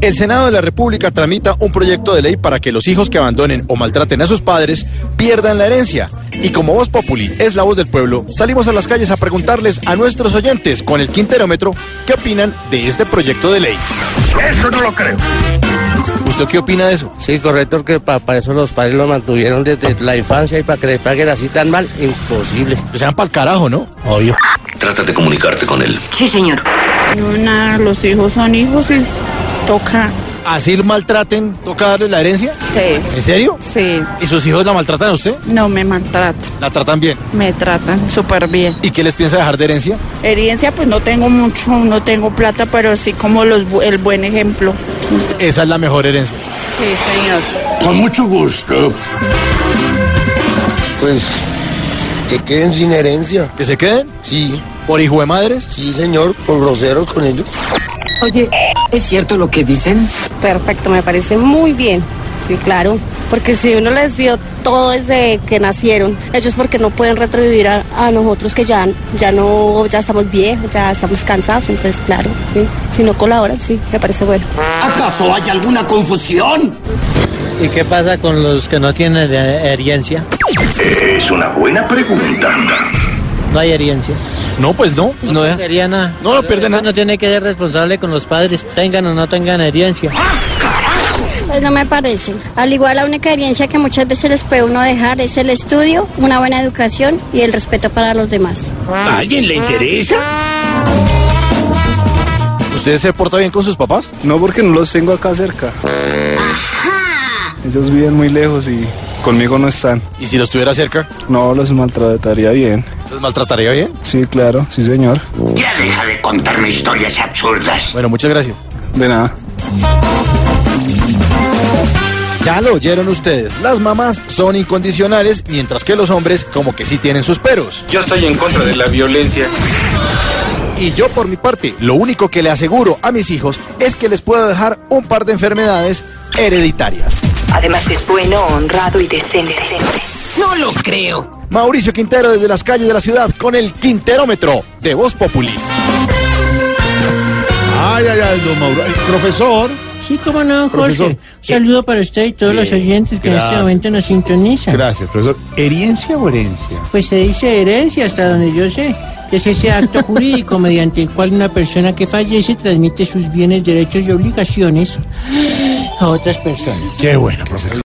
El Senado de la República tramita un proyecto de ley para que los hijos que abandonen o maltraten a sus padres pierdan la herencia. Y como Voz Populi es la voz del pueblo, salimos a las calles a preguntarles a nuestros oyentes con el quinterómetro qué opinan de este proyecto de ley. Eso no lo creo. ¿Usted qué opina de eso? Sí, correcto, que para eso los padres lo mantuvieron desde la infancia y para que les paguen así tan mal, imposible. Sean pa'l carajo, ¿no? Obvio. Trata de comunicarte con él. Sí, señor. No, nada, los hijos son hijos y toca. Así maltraten, toca darles la herencia. Sí, ¿En serio? sí. ¿Y sus hijos la maltratan a usted? No me maltrata, La tratan bien. me tratan súper bien. ¿Y qué les piensa dejar de herencia? Herencia, pues no tengo mucho, no tengo plata, pero sí como los, bu- el buen ejemplo. Esa es la mejor herencia. Sí, señor. Con mucho gusto. Pues que queden sin herencia. ¿Que se queden? Sí, ¿Por hijo de madres? sí, señor, por groseros con ellos. Oye, ¿es cierto lo que dicen? Perfecto, me parece muy bien. Sí, claro, porque si uno les dio todo desde que nacieron, ellos porque no pueden retribuir a, a nosotros que ya, ya no, ya estamos viejos, ya estamos cansados, entonces claro, sí, si no colaboran, sí, me parece bueno. ¿Acaso hay alguna confusión? ¿Y qué pasa con los que no tienen herencia? Es una buena pregunta. No hay herencia. No, pues no. No deja. nada. No, no pierde nada. No tiene que ser responsable con los padres, tengan o no tengan herencia. Pues no me parece. Al igual la única herencia que muchas veces les puede uno dejar es el estudio, una buena educación y el respeto para los demás. ¿A alguien le interesa? ¿Usted se porta bien con sus papás? No porque no los tengo acá cerca. Ellos viven muy lejos y conmigo no están. ¿Y si los tuviera cerca? No los maltrataría bien. ¿Los maltrataría bien? Sí, claro, sí señor. Ya deja de contarme historias absurdas. Bueno, muchas gracias. De nada. Ya lo oyeron ustedes, las mamás son incondicionales, mientras que los hombres como que sí tienen sus peros. Yo estoy en contra de la violencia. Y yo por mi parte, lo único que le aseguro a mis hijos es que les puedo dejar un par de enfermedades hereditarias. Además es bueno, honrado y decente. No lo creo. Mauricio Quintero desde las calles de la ciudad con el Quinterómetro de Voz Populi. Ay, ay, ay, don Mauro. Ay, profesor. Sí, cómo no, Jorge. Profesor, Un saludo para usted y todos los oyentes que en este momento nos sintonizan. Gracias, profesor. ¿Herencia o herencia? Pues se dice herencia hasta donde yo sé, que es ese acto jurídico mediante el cual una persona que fallece transmite sus bienes, derechos y obligaciones a otras personas. Qué bueno, profesor.